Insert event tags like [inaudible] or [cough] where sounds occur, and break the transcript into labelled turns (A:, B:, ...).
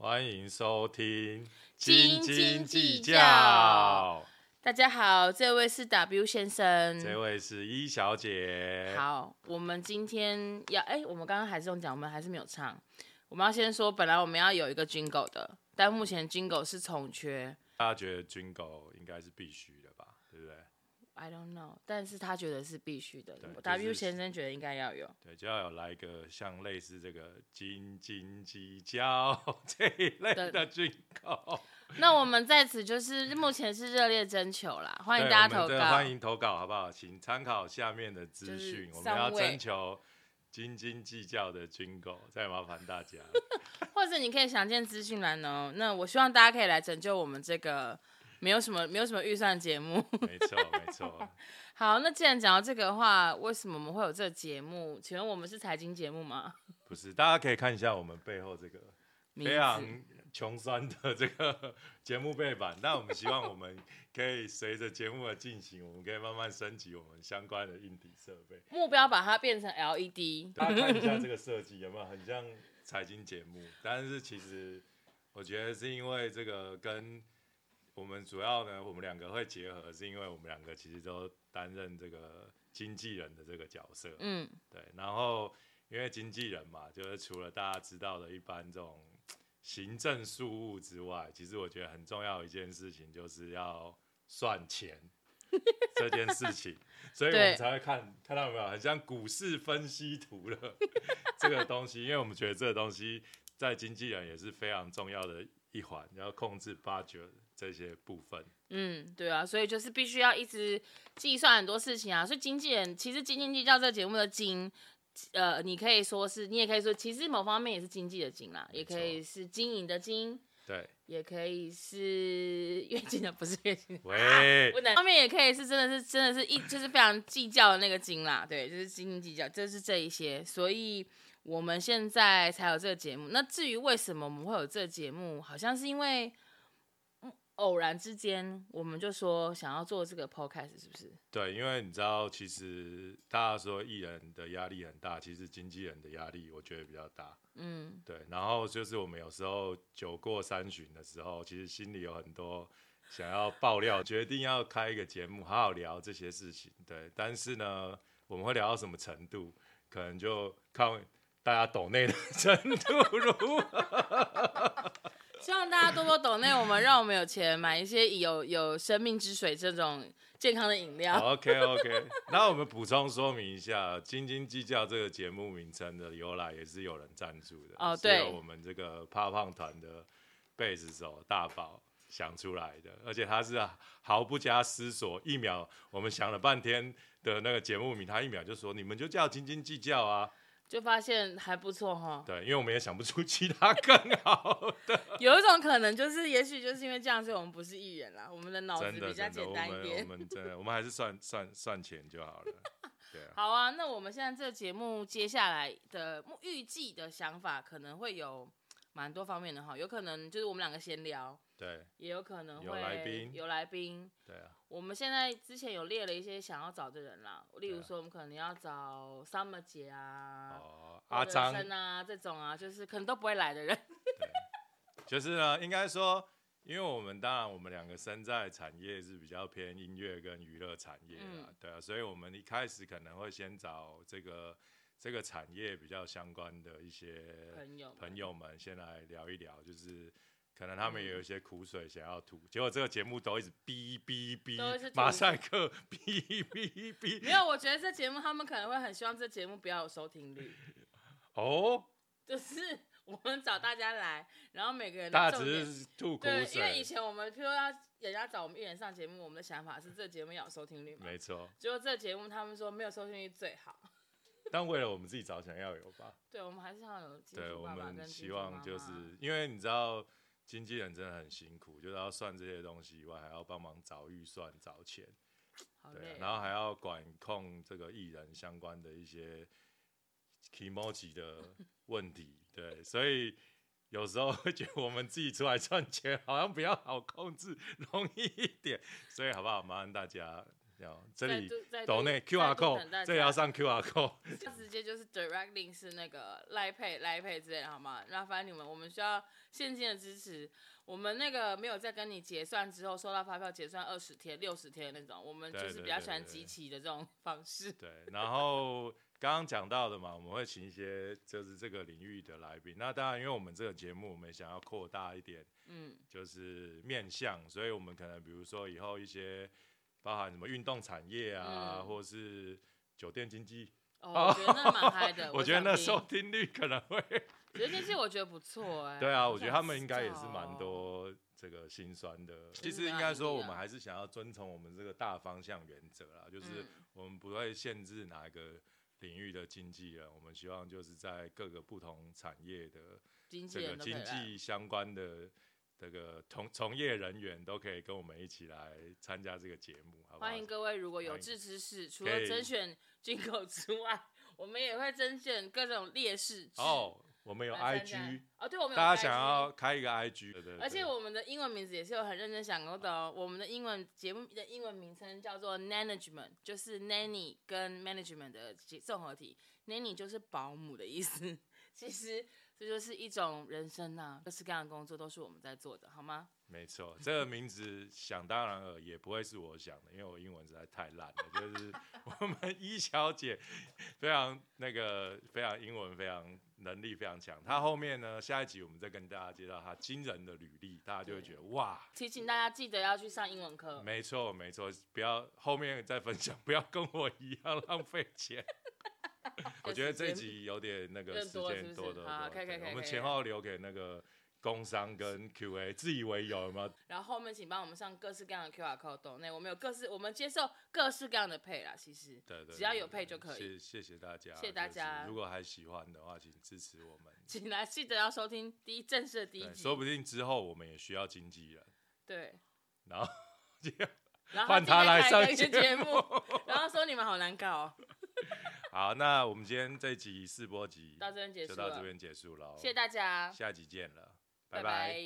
A: 欢迎收听《
B: 斤斤计较
A: 较
B: 大家好，这位是 W 先生。
A: 这位是一小姐。
B: 好，我们今天要哎、我们刚刚还是用讲，我们还是没有唱。我们要先说，本来我们要有一个 Jingle 的，但目前 Jingle 是重缺
A: 大家觉得军狗应该是必须的吧？对不对？
B: ，I don't know，但是他觉得是必须的。
A: 对就是
B: W 先生觉得应该要有，
A: 对，就要有来一个像类似这个“斤斤计较”这一类的军狗。
B: 那我们在此就是目前是热烈征求啦，欢迎
A: 对
B: 大
A: 我
B: 家
A: 们
B: 投
A: 这
B: 稿。
A: 欢迎投稿，好不好？请参考下面的资
B: 就是
A: 讯，我们
B: 上
A: 要
B: 位
A: 征求斤斤计较的军狗，再麻烦大家。
B: 或者你可以想见资讯栏哦。那我希望大家可以来拯救我们这个没有什么没有什么预算的节目。
A: 没错，没错。
B: 好，那既然讲到这个的话，为什么我们会有这个节目？请问我们是财经节目吗？
A: 不是，大家可以看一下我们背后这个
B: 名
A: 非
B: 字
A: 常穷酸的这个节目背板。那我们希望我们可以随着节目的进行，我们可以慢慢升级我们相关的硬体设
B: [laughs]
A: 备。
B: 目标把它变成 E LED。
A: 大家看一下这个设计有没有很像财经节目？但是其实我觉得是因为这个跟我们主要呢，我们两个会结合，是因为我们两个其实都担任这个经纪人的这个角色。
B: 嗯，
A: 对，然后因为经纪人嘛，就是除了大家知道的一般这种行政事务之外，其实我觉得很重要的一件事情就是要算钱这件事情，所以我
B: 对
A: 们才会看看到有没有很像股市分析图了这个东西，因为我们觉得这个东西在经纪人也是非常重要的一环，要控制八九这些部分。
B: 嗯，对啊，所以就是必须要一直计算很多事情啊。所以经纪人其实斤斤计较这个节目的斤，呃，你可以说是，你也可以说，其实某方面也是经济的经啦，也可以是经营的经，
A: 对，
B: 也可以是 [laughs] 月经的，不是月经的。
A: 喂
B: 不，能，方面也可以是真的是真的是一就是非常计较的那个精啦，对，就是斤斤计较，就是这一些，所以我们现在才有这个节目。那至于为什么我们会有这个节目，好像是因为嗯偶然之间我们就说想要做这个 podcast，是不是？
A: 对，因为你知道，其实大家说艺人的压力很大，其实经纪人的压力我觉得比较大。
B: 嗯，
A: 对，然后就是我们有时候酒过三巡的时候，其实心里有很多想要爆料，决定要开一个节目，好好聊这些事情。对，但是呢，我们会聊到什么程度，可能就看大家抖内的 [laughs] 程度如何。
B: 希望大家多多抖内我们，让我们有钱买一些有有生命之水这种健康的饮料。
A: OK OK，那我们补充说明一下，《斤斤计较》这个节目名称的由来也是有人赞助的
B: 哦
A: 是
B: 对
A: 由我们这个胖胖团的贝斯手大宝想出来的，而且他是毫不加思索，一秒我们想了半天的那个节目名，他一秒就说你们就叫《斤斤计较》啊，
B: 就发现还不错哈。
A: 对，因为我们也想不出其他更好的， [laughs]
B: 有一种可能就是，也许就是因为这样，所以我们不是艺人啦，我们的脑子
A: 真的
B: 比较
A: 真的，
B: 简
A: 我
B: 单一
A: 们我
B: 点。
A: 们真的我们还是算算算钱就好
B: [laughs]
A: 了，对啊。
B: 好啊，那我们现在这个节目接下来的目预计的想法可能会有蛮多方面的哈，有可能就是我们两个闲聊，
A: 对
B: 也有可能会
A: 有来宾
B: 有来宾。
A: 对啊，
B: 我们现在之前有列了一些想要找的人啦，例如说我们可能要找 Summer 姐啊、
A: 哦，
B: 或
A: 阿
B: 者
A: 张
B: 生啊这种啊，就是可能都不会来的人。
A: 就是呢，应该说，因为我们当然我们两个身在产业是比较偏音乐跟娱乐产业啊，
B: 嗯
A: 对啊，所以我们一开始可能会先找这个这个产业比较相关的一些
B: 朋友们
A: 朋友们先来聊一聊，就是。可能他们也有一些苦水想要吐，结果这个节目都一直哔哔
B: 都一直
A: 哔，
B: 吐
A: 马赛克哔哔
B: 没
A: 哔。
B: 有，我觉得这节目他们可能会很希望这节目不要有收听率。
A: 哦，
B: 就是 [laughs] 我们找大家来，然后每个人
A: 大
B: 的
A: 家
B: 重
A: 只
B: 点。
A: 是吐苦
B: 对，因为
A: 水，
B: 以前我们譬如要人家找我们艺人上节目，我们的想法是这节目要有收听率嘛，
A: 没错。
B: 结果这节目他们说没有收听率最好。
A: 但为了我们自己着想，要有吧。
B: 对，我们还是要有金
A: 对，
B: 主
A: 我
B: 爸爸跟
A: 们
B: 金
A: 希
B: 主妈
A: 望
B: 妈
A: 就是因为你知道经纪人真的很辛苦，就是要算这些东西以外，还要帮忙找预算、找钱，
B: 好
A: 对啊、
B: 累，哦
A: 然后还要管控这个艺人相关的一些 emoji 的
B: [laughs]
A: 问题，对，所以。有时候会觉得我们自己出来赚钱好像比较好控制，容易一点，所以好不好？麻烦大家要这里
B: 再度再度
A: 抖内
B: 再度
A: QR
B: 等大
A: code，
B: 家
A: 这里要上 QR code，
B: 就直接就是 direct link 是那个赖配赖配之类的，好吗？麻烦你们，我们需要现金的支持。我们那个没有在跟你结算之后收到发票结算二十天、六十天的那种，我们
A: 对
B: 就是
A: 对
B: 比较
A: 对
B: 喜欢
A: 对
B: 集齐的这种方式。
A: 对，然后刚刚讲到的嘛，我们会请一些就是这个领域的来宾。那当然，因为我们这个节目，我们想要扩大一点，
B: 嗯，
A: 就是面向，所以我们可能比如说以后一些包含什么运动产业啊，
B: 嗯
A: 或是酒店经济， [laughs]
B: 哦，我觉得那蛮嗨的。
A: 我觉得那
B: 时
A: 收
B: 候，
A: 听率可能
B: [laughs]
A: 会，
B: 觉得这些我觉得
A: [laughs]
B: 不错哎、
A: 对啊，
B: 好
A: 我觉得
B: 想
A: 他们应该也
B: 知
A: 是
B: 道
A: 蛮
B: 哦。
A: 多这个心酸的。其
B: 没
A: 实
B: 有
A: 应该说，
B: 压力
A: 我
B: 啊
A: 们还是想要遵从我们这个大方向原则啦，就是
B: 嗯
A: 我们不会限制哪一个领域的经纪人，我们希望就是在各个不同产业的
B: 经纪
A: 这个
B: 人都可以
A: 经
B: 来
A: 济相关的这个从从业人员都可以跟我们一起来参加这个节目，好不好
B: 欢？迎各位，如果有
A: 欢迎
B: 志之士，除
A: 可
B: 了
A: 以
B: 甄选军狗之外， [laughs] 我们也会甄选各种烈士志。
A: 哦，我们有
B: 来参加
A: IG，
B: 哦，对，我们有
A: 大家
B: IG
A: 想要开一个 IG，对对对
B: 而且我们的英文名字也是有很认真想过的哦。我们的英文节目的英文名称叫做 Management，就是 Nanny 跟 Management 的结综合体。Nanny 就是保姆的意思。其实这就是一种人生呐、各式各样的工作都是我们在做的，好吗？
A: 没错，这个名字想当然了，也不会是我想的，因为我英文实在太烂了。就是 [laughs] 我们一小姐非常那个非常英文非常能力非常强，她后面呢下一集我们再跟大家介绍她惊人的履历，大家就会觉得哇，
B: 提醒大家记得要去上英文课。
A: 没错，没错，不要后面再分享，不要跟我一样浪费
B: [laughs]
A: 钱。我觉得这一集有点那个
B: 更
A: 时
B: 多是不
A: 间
B: 是
A: 多的，
B: 好可以可以可以
A: 我
B: 可
A: 们
B: 以
A: 前后留给那个工商跟 Q&A，自以为有有没有？
B: 然后后面请帮我们上各式各样的 QR code 抖内，我们有各式，我们接受各式各样的配啦。其实
A: 对对对，
B: 只要有
A: 对
B: 配就可
A: 谢
B: 以。
A: 谢谢大家，
B: 谢谢大
A: 就是
B: 家
A: 如果还喜欢的话，请支持我
B: [laughs]
A: 们。
B: [laughs] 请来记得要收听第一正式的第一
A: 对，
B: 集。
A: 说不定之后我们也需要经纪人，
B: 对，
A: 然
B: [laughs]
A: 后这样
B: 然后
A: 换他来
B: 自己
A: 上
B: 再开一个
A: 节
B: 节目，然后说你们好难搞哦、
A: 好，那我们今天这集试播集
B: 到这边结束
A: 就到
B: 了
A: 这，边结束了，哦
B: 谢谢大家，
A: 下集见了，
B: 拜
A: 拜
B: 拜